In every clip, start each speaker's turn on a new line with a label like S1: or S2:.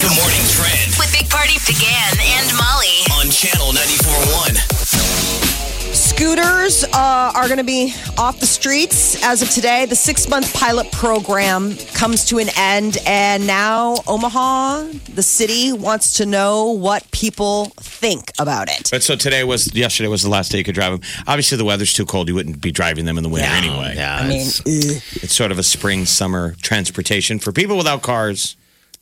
S1: Good morning, Trend
S2: with Big Party began and Molly.
S1: on Channel 94.1.
S3: Scooters uh, are going to be off the streets as of today. The six month pilot program comes to an end, and now Omaha, the city, wants to know what people think about it.
S4: But so today was yesterday was the last day you could drive them. Obviously, the weather's too cold; you wouldn't be driving them in the winter anyway.
S5: Yeah,
S3: I mean,
S5: it's-
S3: eh.
S4: It's sort of a spring summer transportation for people without cars.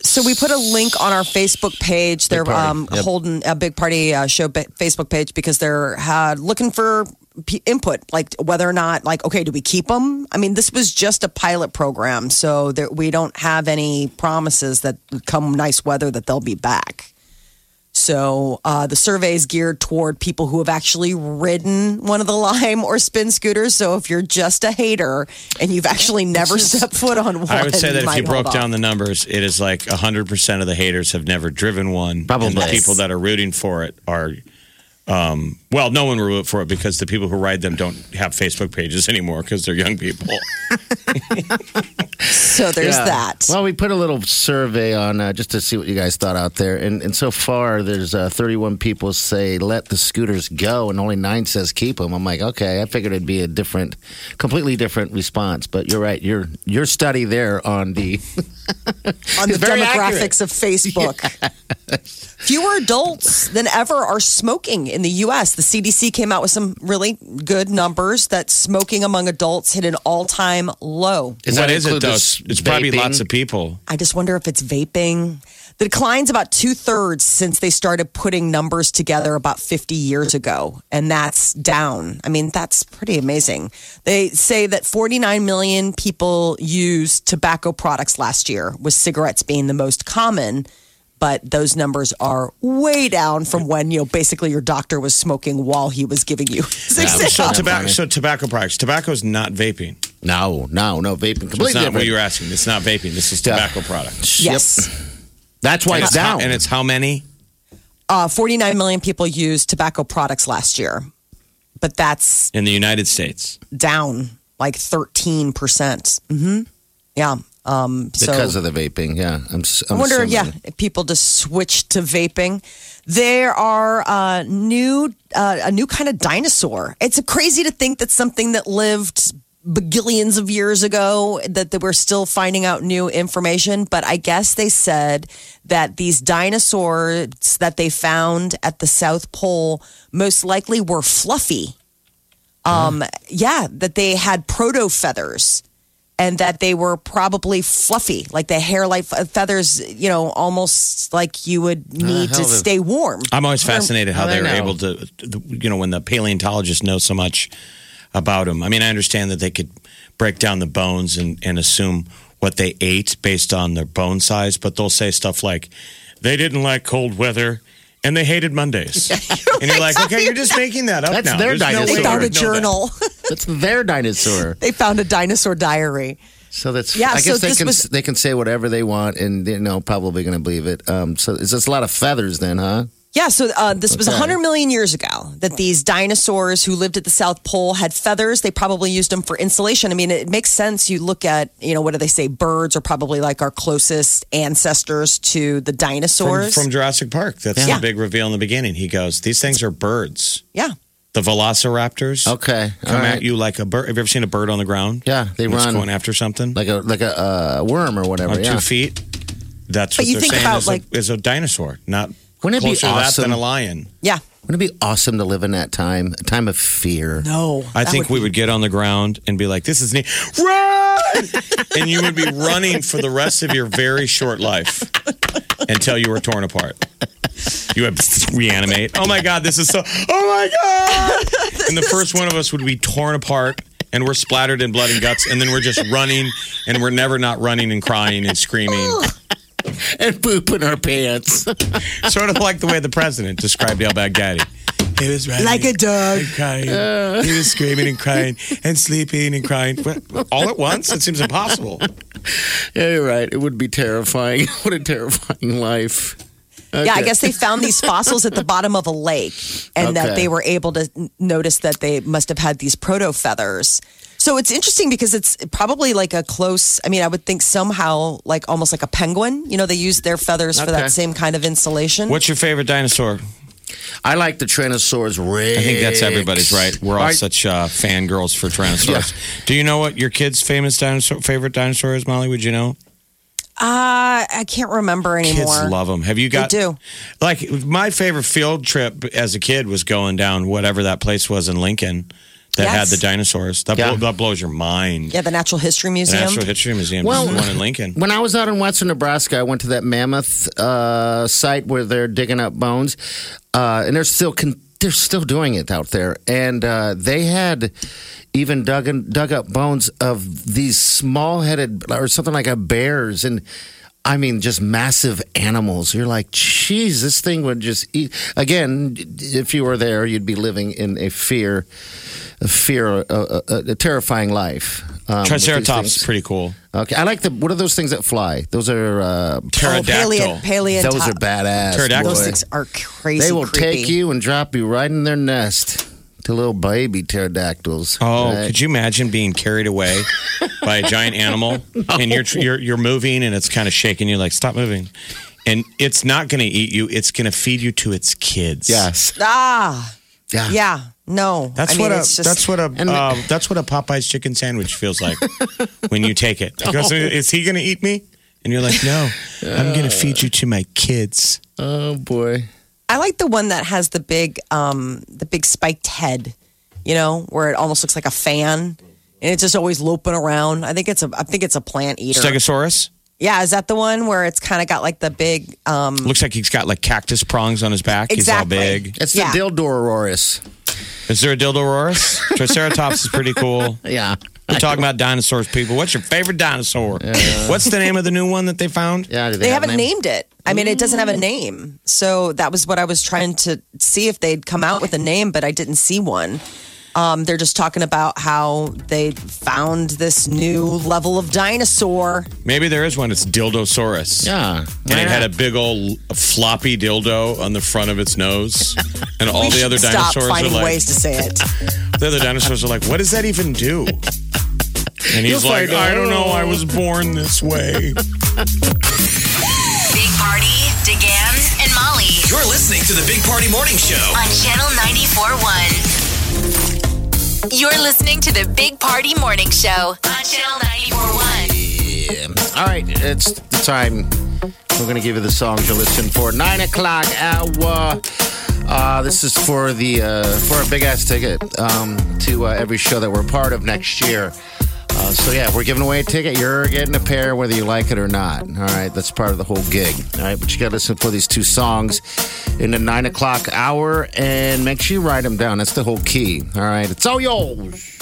S3: so we put a link on our Facebook page. They're
S4: party.
S3: um,
S4: Yep.
S3: holding a big party uh, show ba- Facebook page because they're uh, looking for p- input, like whether or not, like, okay, do we keep them? I mean, this was just a pilot program, so there, we don't have any promises that come nice weather that they'll be back. So uh, the survey is geared toward people who have actually ridden one of the Lime or Spin scooters. So if you're just a hater and you've actually never stepped foot on one,
S4: I would say that if
S3: might
S4: you broke
S3: hold off.
S4: down the numbers, it is like hundred percent of the haters have never driven one. and the
S5: Probably.
S4: people that are rooting for it are. Um, well, no one will root for it because the people who ride them don't have Facebook pages anymore because they're young people.
S3: So there's
S5: yeah.
S3: that.
S5: Well, we put a little survey on uh, just to see what you guys thought out there, and and so far there's uh, 31 people say let the scooters go, and only nine says keep them. I'm like, okay, I figured it'd be a different, completely different response, but you're right. Your your study there on the
S3: on the
S5: It's very
S3: demographics of Facebook. Fewer adults than ever are smoking in the US. The CDC came out with some really good numbers that smoking among adults hit an all time low.
S5: Does
S4: what
S5: that
S4: is it
S5: include
S4: though?
S5: this
S4: It's probably
S5: vaping?
S4: lots of people.
S3: I just wonder if it's vaping. The decline's about two thirds since they started putting numbers together about 50 years ago, and that's down. I mean, that's pretty amazing. They say that 49 million people used tobacco products last year, with cigarettes being the most common. But those numbers are way down from when you know basically your doctor was smoking while he was giving you. his
S4: So,
S3: exam.
S4: tobacco, so tobacco products. Tobacco is not vaping.
S5: no, no, no vaping. Completely
S4: It's not what
S5: different.
S4: you're asking. It's not vaping. This is
S5: Yeah.
S4: tobacco products.
S3: yes.
S5: That's why
S4: And
S5: it's
S4: it's how-
S5: down.
S4: and it's how many?
S3: uh, 49 million people used tobacco products last year, but that's
S4: in the United States.
S3: down like 13%. percent hmm Yeah. Um, so
S5: because of the vaping. Yeah, I'm. s-
S3: I
S5: I'm
S3: wonder,
S5: assuming.
S3: yeah, if people just switch to vaping. There are uh, new uh, a new kind of dinosaur. It's crazy to think that something that lived billions of years ago that, that we're still finding out new information. But I guess they said that these dinosaurs that they found at the South Pole most likely were fluffy. Um, yeah, that they had proto feathers and that they were probably fluffy, like the hair like feathers, you know, almost like you would need to
S5: hell, the-
S3: stay warm.
S4: I'm always fascinated how
S5: How
S4: they
S5: do
S4: were
S5: they know?
S4: able to, you know, when the paleontologists know so much about them. I mean, I understand that they could break down the bones and, and assume what they ate based on their bone size, but they'll say stuff like, they didn't like cold weather. And they hated Mondays. and you're like, okay, you're just making that up
S5: That's
S4: now.
S5: their
S4: There's no
S5: dinosaur.
S3: they
S4: way
S3: found
S4: you
S3: a
S4: would know that.
S3: journal.
S5: That's their dinosaur.
S3: they found a dinosaur diary.
S5: So that's
S3: Yeah,
S5: I
S3: so
S5: guess they
S3: this
S5: can
S3: was-
S5: they can say whatever they want, and you know probably going to believe it. Um, so it's just a lot of feathers, then, huh?
S3: Yeah, so uh, this was was
S5: Okay.
S3: 100 million years ago that these dinosaurs who lived at the South Pole had feathers. They probably used them for insulation. I mean, it makes sense. You look at, you know, what do they say? Birds are probably like our closest ancestors to the
S4: From,
S3: dinosaurs.
S4: from Jurassic Park. That's
S3: Yeah.
S4: the big reveal in the beginning. He goes, these things are birds.
S3: yeah.
S4: The velociraptors
S5: Okay, all
S4: come
S5: right.
S4: at you like a bird. Have you ever seen a bird on the ground?
S5: Yeah, they
S4: When it's
S5: run.
S4: going after something.
S5: like a like a uh, worm or whatever.
S4: on
S5: yeah.
S4: two feet. That's
S3: But
S4: what
S3: you
S4: they're
S3: think
S4: saying
S3: about,
S4: is,
S3: like-
S4: a, is a dinosaur, not
S5: Wouldn't it be
S4: closer to that
S5: awesome?
S4: than a lion.
S3: Yeah.
S5: Wouldn't it be awesome to live in that time, a time of fear?
S3: No.
S4: I think we would get on the ground and be like, "This is neat, run!" and you would be running for the rest of your very short life until you were torn apart. You would reanimate. Oh my god, this is so. Oh my god! And the first one of us would be torn apart. And we're splattered in blood and guts, and then we're just running, and we're never not running and crying and screaming.
S5: and poop in our pants.
S4: sort of like the way the president described El Baghdadi. He was running
S3: Like a dog.
S4: and crying. He was screaming and crying and sleeping and crying What- all at once. It seems impossible.
S5: yeah, you're right. It would be terrifying. what a terrifying life.
S3: Yeah, I
S5: Okay.
S3: guess they found these fossils at the bottom of a lake and that
S5: Okay.
S3: they were able to n- notice that they must have had these proto feathers. So it's interesting because it's probably like a close, I mean, I would think somehow like almost like a penguin. You know, they used their feathers for
S5: Okay.
S3: that same kind of insulation.
S4: What's your favorite dinosaur?
S5: I like the Tyrannosaurus Rex.
S4: I think that's everybody's right. We're all
S5: I-
S4: such uh, fangirls for Tyrannosaurus. Do you know what your kid's famous dinosaur favorite dinosaur is, Molly? Would you know?
S3: Uh, I can't remember anymore.
S4: Kids love them. Have you got?
S3: do.
S4: Like my favorite field trip as a kid was going down whatever that place was in Lincoln that had
S3: Yes.
S4: the dinosaurs. That,
S5: Yeah.
S4: blow, that blows your mind.
S3: yeah, the Natural History
S4: The
S3: Museum.
S4: Natural History Museum.
S5: Well-
S4: Well, the one in Lincoln.
S5: When I was out in Watson, Nebraska, I went to that mammoth uh, site where they're digging up bones, uh, and they're still con- they're still doing it out there. And uh, they had even dug in, dug up bones of these small headed or something like a bears and. I mean, just massive animals. You're like, geez, this thing would just eat. Again, if you were there, you'd be living in a fear, a fear, a, a, a terrifying life. um, with these
S4: Triceratops
S5: things.
S4: is pretty cool.
S5: Okay, I like the. What are those things that fly? Those are uh,
S3: Oh,
S4: Pterodactyl.
S3: paleo, paleo
S5: those are badass.
S4: Pterodactyl.
S3: Those
S5: boy.
S3: things are crazy.
S5: They will
S3: creepy.
S5: take you and drop you right in their nest to little baby pterodactyls.
S4: Oh,
S5: Right?
S4: could you imagine being carried away by a giant animal and you're, you're you're moving and it's kind of shaking you like stop moving. And it's not going to eat you, it's going to feed you to its kids.
S5: Yes.
S3: Ah,
S5: Yeah.
S3: yeah. No.
S4: That's
S3: I mean,
S4: what a
S3: it's just,
S4: that's what a
S5: And-
S4: um, that's what a Popeye's chicken sandwich feels like when you take it. It goes, Is he going to eat me? And you're like, no, I'm going to feed you to my kids.
S5: Oh boy.
S3: I like the one that has the big, um, the big spiked head. You know, where it almost looks like a fan, and it's just always loping around. I think it's a, I think it's a plant eater.
S4: Stegosaurus
S3: yeah, is that the one where it's kind of got like the big? Um,
S4: looks like he's got like cactus prongs on his back.
S3: Exactly.
S4: He's all big.
S5: It's
S3: Yeah.
S5: the Dildorororus.
S4: Is there a Dildororis? Triceratops is pretty cool.
S5: Yeah.
S4: We're talking about dinosaurs, people. What's your favorite dinosaur? What's the name of the new one that they found?
S5: Yeah. do
S3: they
S5: have a
S3: haven't
S5: name?
S3: named it. I mean, it doesn't have a name. So that was what I was trying to see if they'd come out with a name, but I didn't see one. Um, they're just talking about how they found this new level of dinosaur.
S4: Maybe there is one. It's Dildosaurus.
S5: Yeah.
S4: And
S5: Why
S4: it had a
S5: not?
S4: big old floppy dildo on the front of its nose. And all
S3: We
S4: the other
S3: should stop
S4: dinosaurs are
S3: finding
S4: like,
S3: ways to say it.
S4: the other dinosaurs are like, what does that even do? And he's
S5: You'll
S4: like,
S5: find out.
S4: I don't know. I was born this way.
S2: Big Party, DeGan and Molly
S1: You're listening to the Big Party Morning Show.
S2: on Channel 94.1. You're listening to the Big Party Morning Show on Channel 94.1.
S5: All right. It's the time. We're going to give you the songs you listen for. Nine o'clock hour. Uh, this is for the uh, for a big ass ticket um, to uh, every show that we're part of next year. Uh, so yeah, we're giving away a ticket. You're getting a pair whether you like it or not. All right, that's part of the whole gig. All right, but you got to listen for these two songs in the nine o'clock hour, and make sure you write them down. That's the whole key. All right, it's all yours.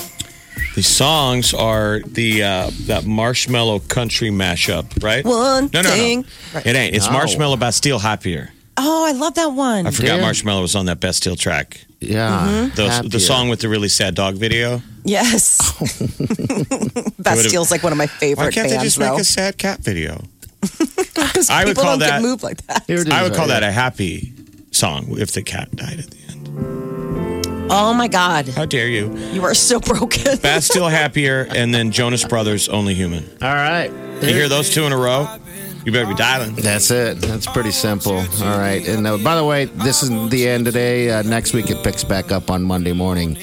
S4: The songs are the uh, that marshmallow country mashup, right?
S3: One
S4: no,
S3: thing.
S4: No, no, It ain't. It's
S5: No.
S4: marshmallow Bastille happier.
S3: Oh, I love that one.
S4: I forgot
S5: Damn.
S4: marshmallow was on that Bastille track.
S5: Yeah,
S4: The,
S5: Happier.
S4: the song with the really sad dog video.
S3: yes. Bastille's like one of my favorite
S4: Why can't
S3: bands,
S4: they just
S3: though.
S4: make a sad cat video?
S3: 'Cause
S4: I would
S3: people
S4: call
S3: don't
S4: that-
S3: get moved like that.
S5: Here it is,
S4: I would call
S5: Mm. right
S4: that a happy song if the cat died at the end.
S3: Oh my God,
S4: How dare you?
S3: you are so broken.
S4: Bastille Happier and then Jonas Brothers Only Human.
S5: All right.
S4: You hear those two in a row? You better be dialing.
S5: That's it. That's pretty simple. All right. And uh, by the way, this is the end today. Uh, next week it picks back up on Monday morning.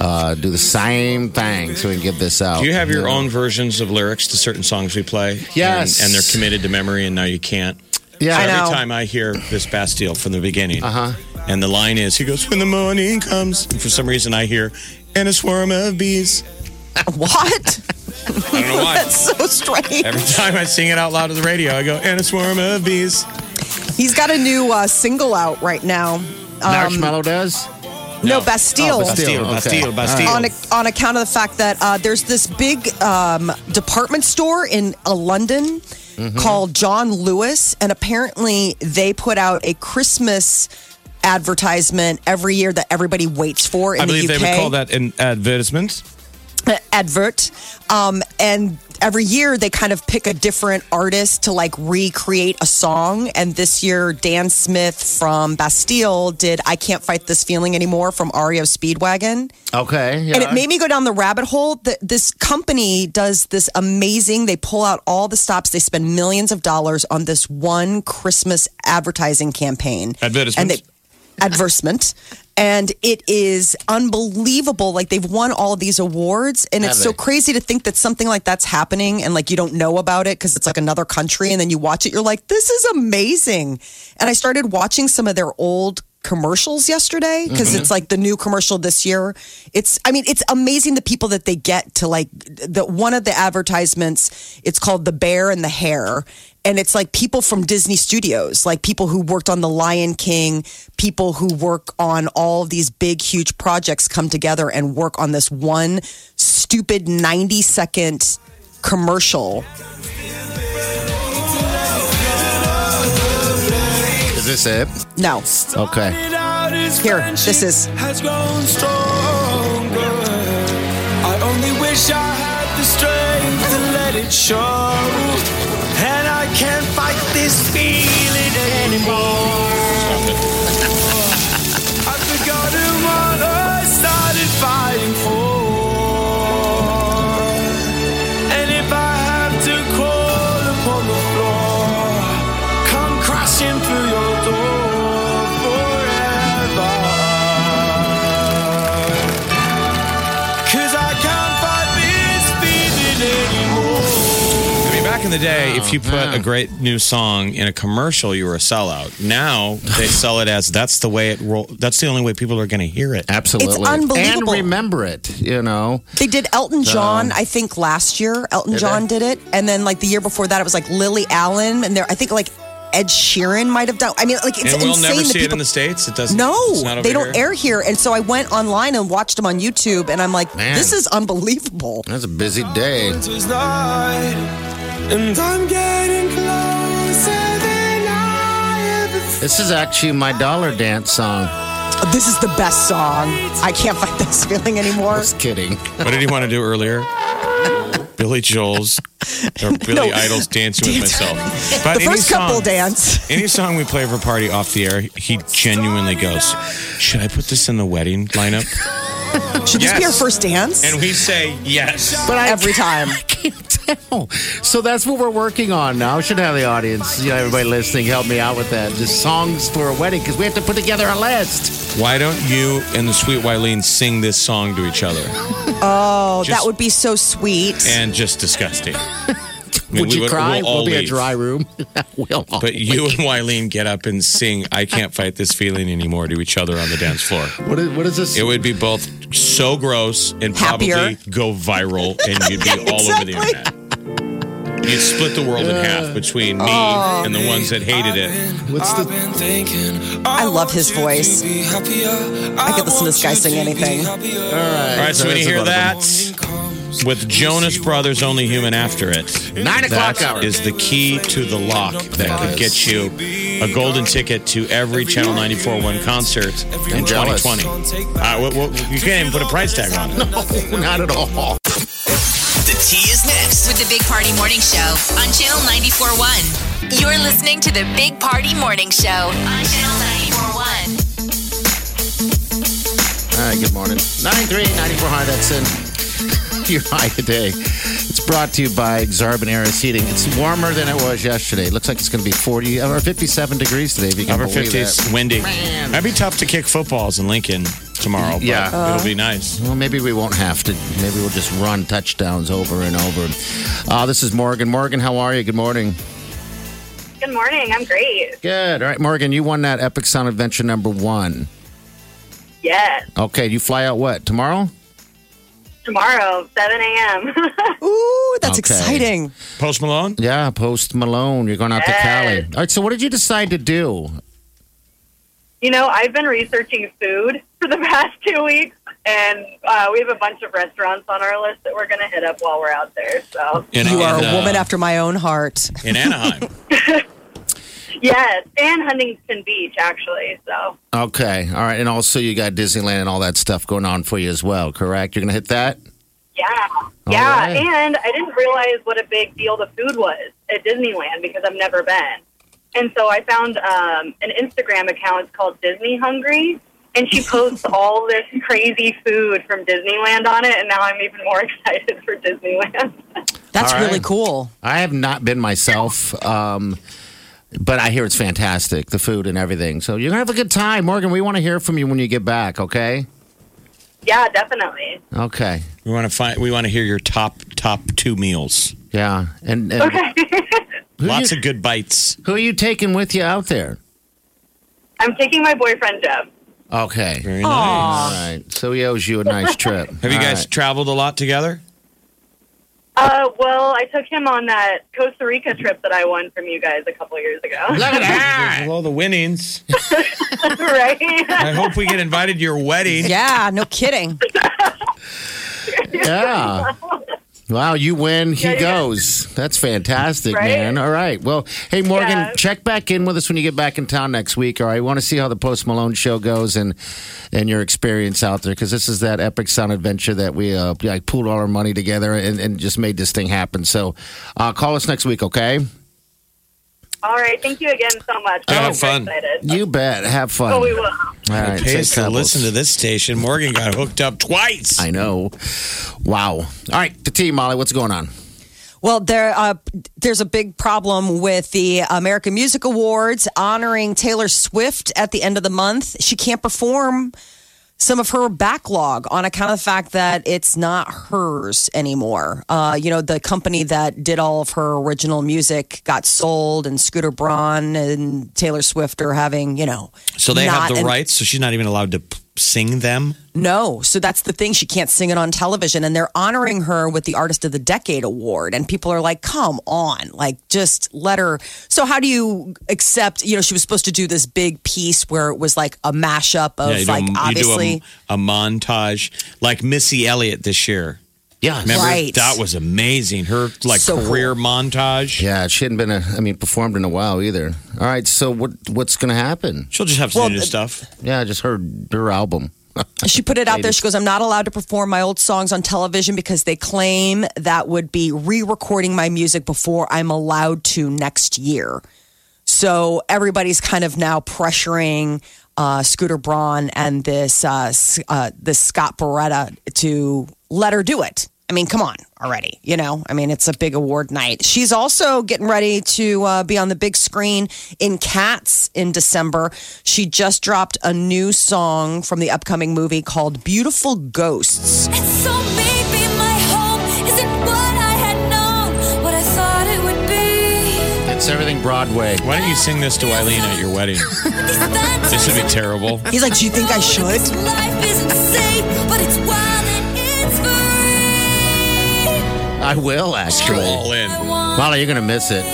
S5: Uh, do the same thing so we can get this out.
S4: Do you have your own versions of lyrics to certain songs we play?
S5: Yes.
S4: And, and they're committed to memory and now you can't.
S5: Yeah.
S4: Every
S3: I know.
S4: time I hear this Bastille from the beginning, uh-huh. and the line is, he goes, when the morning comes. And for some reason I hear, and a swarm of bees.
S3: what?
S4: I don't know why.
S3: That's so strange.
S4: Every time I sing it out loud to the radio, I go, and a swarm of bees.
S3: He's got a new uh, single out right now. um,
S5: Marshmallow does?
S3: No,
S4: No.
S3: Bastille.
S5: Oh,
S4: Bastille,
S5: Bastille. okay.
S4: Bastille, Bastille.
S3: On, ac- on account of the fact that uh, there's this big um, department store in uh, London
S4: Mm-hmm.
S3: called John Lewis, and apparently they put out a Christmas advertisement every year that everybody waits for in
S4: I believe
S3: the
S4: they
S3: UK.
S4: would call that an advertisement.
S3: uh, advert. Um, and every year they kind of pick a different artist to like recreate a song. And this year, Dan Smith from Bastille did I Can't Fight This Feeling Anymore from REO Speedwagon.
S5: Okay. Yeah.
S3: And it made me go down the rabbit hole. That this company does this amazing. They pull out all the stops. They spend millions of dollars on this one Christmas advertising campaign.
S4: Advertisement.
S3: And they advertisement. And it is unbelievable. Like they've won all of these awards, and it's
S5: Have
S3: so
S5: they?
S3: crazy to think that something like that's happening, and like you don't know about it because it's like another country, and then you watch it, you're like, this is amazing. And I started watching some of their old commercials yesterday because
S5: Mm-hmm.
S3: it's like the new commercial this year. It's, I mean, it's amazing the people that they get to like the one of the advertisements. It's called the bear and the hare, and it's like people from Disney Studios, like people who worked on The Lion King, people who work on all of these big, huge projects come together and work on this one stupid 90 second commercial.
S5: Is this it?
S3: No,
S5: Okay.
S3: here, this is.
S6: has grown stronger. I only wish I had the strength to let it show. And I can't fight this feeling anymore. I've forgotten what I started fighting for. And if I have to crawl upon the floor, come crashing through your door forever. Cause I can't fight this feeling anymore.
S4: I mean, back in the day, if you put a great new song in a commercial, you were a sellout. Now they sell it as that's the way it roll. That's the only way people are going to hear it.
S5: Absolutely.
S3: unbelievable.
S5: And remember it, you know.
S3: They did Elton John, I think last year. Elton
S5: Did
S3: John
S5: they?
S3: did it, and then like the year before that, it was like Lily Allen, and there I think like Ed Sheeran might have done. I mean, like it's
S4: and we'll
S3: insane
S4: never
S3: that
S4: see it
S3: people
S4: in the states. It doesn't. it's not
S3: No,
S4: over
S3: they don't
S4: here.
S3: air here. And so I went online and watched them on YouTube, and I'm like,
S5: Man.
S3: this is unbelievable.
S5: That's a busy day.
S6: It was night, and I'm getting closer than I ever
S5: This is actually my dollar dance song.
S3: This is the best song. I can't fight this feeling anymore.
S5: Just kidding.
S4: What did he want to do earlier? Billy Joel's or Billy
S3: No.
S4: Idol's Dancing with Myself. But
S3: The
S4: any
S3: first couple
S4: song-
S3: dance.
S4: Any song we play for party off the air, he genuinely goes, "Should I put this in the wedding lineup?"
S3: Should this be
S4: Yes.
S3: our first dance?
S4: And we say yes.
S5: But I
S3: Every time.
S5: I can't tell. So that's what we're working on now. I should have the audience, you know, everybody listening, help me out with that. Just songs for a wedding because we have to put together a list.
S4: Why don't you and the sweet Wileen sing this song to each other?
S3: oh, that
S4: just-
S3: would be so sweet.
S4: and just disgusting. I mean,
S5: would
S4: we
S5: you
S4: we'll
S5: cry? We'll,
S4: all
S5: be a
S4: leave.
S5: dry room. we'll all
S4: But you
S5: leave.
S4: and Wileen get up and sing "I Can't Fight This Feeling Anymore" to each other on the dance floor.
S5: What is, what is this?
S4: It would be both so gross and probably
S3: Happier.
S4: go viral, and you'd be all over the internet. You'd split the world in half between me
S5: Oh,
S4: and the ones that hated it.
S5: What's
S6: I've
S5: the-
S6: been thinking,
S3: I love his
S6: want you
S3: voice.
S6: to be happier. I
S3: could listen to this guy
S6: want
S3: sing
S6: you to be
S3: anything.
S6: happier.
S4: All right, so when you
S5: that's
S4: hear
S5: about
S4: that,
S6: Morning comes.
S4: with Jonas Brothers' "Only Human After It,"
S5: Nine o'clock
S4: That
S5: hour.
S4: is the key to the lock that could get you a golden ticket to every Channel 94.1 concert in
S5: I'm jealous.
S4: 2020. Uh, well, well, you can't even put a price tag on it.
S5: No, not at all.
S1: The tea is next.
S2: With the Big Party Morning Show on Channel 94.1. You're listening to the Big Party Morning Show on Channel 94.1.
S5: All right, good morning. 938-9400, that's in your high today. It's brought to you by Exarban Aris Heating. It's warmer than it was yesterday. It looks like it's going to be 40 or 57 degrees today, if you can
S4: Upper
S5: believe that.
S4: 50s, windy.
S5: Man.
S4: That'd be tough to kick footballs in Lincoln tomorrow, but
S5: Yeah.
S4: it'll be nice.
S5: Well, maybe we won't have to. Maybe we'll just run touchdowns over and over. Uh, this is Morgan. Morgan, how are you? Good morning.
S7: Good morning. I'm great.
S5: Good. All right, Morgan, you won that Epic Sound Adventure number one.
S7: Yes.
S5: Okay, you fly out what, tomorrow?
S7: Tomorrow, 7 a.m.
S3: Ooh, that's
S5: Okay.
S3: exciting.
S4: Post Malone?
S5: Yeah, post Malone. You're going out to
S7: Yes.
S5: Cali. All right, so what did you decide to do?
S7: you know, I've been researching food for the past two weeks, And uh, we have a bunch of restaurants on our list that we're going to hit up while we're out there. So,
S4: In,
S3: You are
S4: in,
S3: a
S4: uh,
S3: woman after my own heart.
S4: in Anaheim.
S7: yes, and Huntington Beach, actually. So,
S5: Okay. All right. And also, you got Disneyland and all that stuff going on for you as well, correct? You're going to hit that?
S7: yeah. Yeah.
S5: right.
S7: And I didn't realize what a big deal the food was at Disneyland because I've never been. And so I found um, an Instagram account. It's called Disney Hungry. And she posts all this crazy food from Disneyland on it. And now I'm even more excited for Disneyland.
S3: That's
S5: All right.
S3: really cool.
S5: I have not been myself, um, but I hear it's fantastic, the food and everything. So you're going to have a good time. Morgan, we want to hear from you when you get back, okay?
S7: yeah, definitely.
S5: Okay.
S4: We want to find. We want to hear your top top two meals.
S5: Yeah. And, and who,
S4: Lots
S5: you,
S4: of good bites.
S5: who are you taking with you out there?
S7: I'm taking my boyfriend, Jeff.
S5: Okay.
S4: Very nice.
S5: All right. So he owes you a nice trip.
S4: Have you
S5: All
S4: guys
S5: right.
S4: traveled a lot together?
S7: Uh, well, I took him on that Costa Rica trip that I won from you guys a couple years ago.
S5: Look at that.
S4: Well, the winnings.
S7: right?
S4: I hope we get invited to your wedding.
S3: Yeah, no kidding.
S5: Yeah. Wow, you win, he
S7: Yeah, yeah.
S5: goes. That's fantastic,
S7: Right?
S5: man. All right. Well, hey, Morgan,
S7: Yeah.
S5: check back in with us when you get back in town next week. All right. We want to see how the Post Malone show goes and and your experience out there because this is that epic sound adventure that we uh, yeah, pooled all our money together and, and just made this thing happen. So uh, call us next week, okay?
S7: All right. Thank you again so much.
S4: Yeah,
S7: I'm
S4: have
S7: super
S4: fun.
S7: Excited.
S5: You bet. Have fun.
S7: Oh, we will.
S5: All right.
S4: It pays
S5: safe
S4: to
S5: travels.
S4: listen to this station. Morgan got hooked up twice.
S5: I know. Wow. All right. The team, Molly, what's going on?
S3: Well, there uh, there's a big problem with the American Music Awards honoring Taylor Swift at the end of the month. She can't perform some of her backlog on account of the fact that it's not hers anymore. Uh, you know, the company that did all of her original music got sold, and Scooter Braun and Taylor Swift are having, you know,
S4: So they have
S3: not
S4: the
S3: an-
S4: rights. So she's not even allowed to p- sing them.
S3: no, so that's the thing. She can't sing it on television, and they're honoring her with the Artist of the Decade award. And people are like, "Come on, like just let her." So how do you accept? You know, she was supposed to do this big piece where it was like a mashup of
S4: you do
S3: like
S4: a-
S3: obviously.
S4: you do a, a montage like Missy Elliott this year.
S5: Yeah.
S4: Remember
S3: Right.
S4: that was amazing. Her like
S3: So cool.
S4: career montage.
S5: Yeah, she hadn't been, a, I mean, performed in a while either. All right, so what what's going to happen?
S4: She'll just have to
S3: Well,
S4: do new
S3: uh,
S4: stuff.
S5: Yeah, I just heard her album.
S3: She put it out there. She goes, I'm not allowed to perform my old songs on television because they claim that would be re recording my music before I'm allowed to next year. So everybody's kind of now pressuring uh, Scooter Braun and this, uh, S- uh, this Scott Beretta to let her do it. I mean, come on already. You know, I mean, it's a big award night. She's also getting ready to uh, be on the big screen in Cats in December. She just dropped a new song from the upcoming movie called Beautiful Ghosts.
S8: And so maybe my home isn't what I had known, what I thought it would be.
S5: It's everything Broadway.
S4: Why don't you sing this to Eileen at your wedding? This would be terrible.
S3: He's like, Do you think I should?
S8: Life isn't safe, but it's wild and it's free.
S5: I will, actually.
S4: All in.
S8: I want
S5: Molly, you're going to miss it.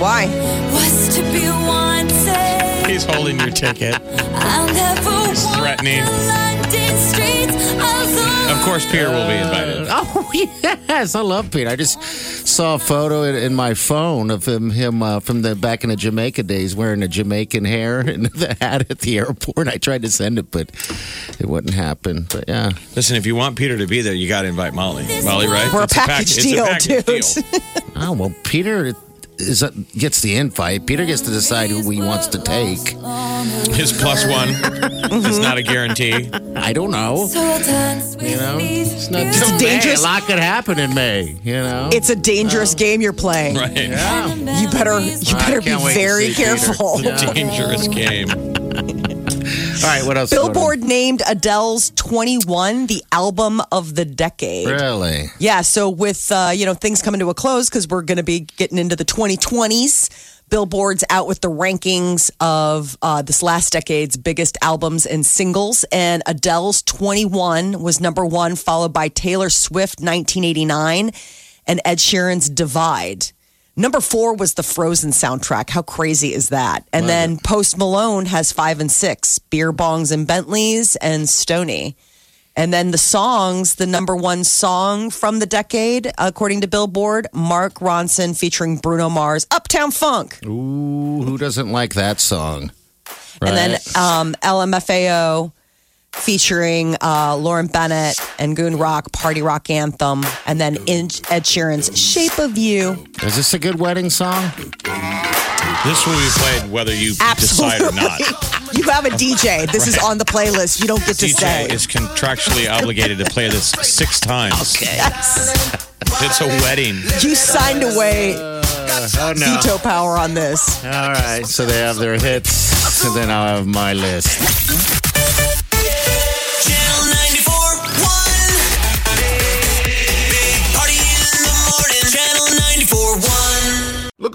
S3: Why?
S8: was to be wanted.
S4: He's holding your ticket.
S8: I'll never walk
S4: threatening.
S8: the London streets alone.
S4: Of course, Peter will be invited.
S5: Oh, yes. I love Pete. I just saw a photo in, in my phone of him, him uh, from the back in the Jamaica days wearing a Jamaican hair and the hat at the airport. I tried to send it, but it wouldn't happen. But yeah.
S4: Listen, if you want Peter to be there, you got to invite Molly. Molly, right?
S3: We're a
S4: It's
S3: package deal,
S4: pack- it's a package
S3: dude.
S4: deal.
S5: Oh, well, Peter is, uh, gets the invite. Peter gets to decide who he wants to take.
S4: His plus one is not a guarantee.
S5: I don't know.
S8: So dance with
S5: You know,
S8: me.
S5: it's not
S8: Beautiful
S5: till
S3: dangerous.
S5: May. A lot could happen in May. You know,
S3: It's a dangerous game you're playing.
S4: Right.
S3: You better you
S5: I
S3: better be
S5: can't wait to
S3: very
S5: see Peter.
S3: careful.
S4: Dangerous game.
S5: all right. What else? is going on?
S3: Billboard named Adele's 21 the album of the decade.
S5: Really?
S3: Yeah, so with uh, you know things coming to a close because we're going to be getting into the 2020s. Billboard's out with the rankings of uh, this last decade's biggest albums and singles, and Adele's 21 was number one, followed by Taylor Swift 1989 and Ed Sheeran's Divide. Number four was the Frozen soundtrack. How crazy is that? And then Post Malone has five and six, Beer Bongs and Bentleys, and Stony. And then the songs, the number one song from the decade, according to Billboard, Mark Ronson featuring Bruno Mars, Uptown Funk.
S5: Ooh, who doesn't like that song? Right?
S3: And then um, LMFAO featuring uh, Lauren Bennett and Goon Rock, Party Rock Anthem. And then in- Ed Sheeran's Shape of You.
S5: is this a good wedding song?
S4: This will be played whether you decide or not.
S3: You have a DJ. This is on the playlist. You don't get to say.
S4: DJ is contractually obligated to play this six times.
S3: Yes.
S4: It's a wedding.
S3: You signed away
S5: Oh no!
S3: veto power on this.
S5: All right, so they have their hits, and then I'll have my list.
S1: Channel 94.1. Big party in the morning. Channel 94.1.
S9: Look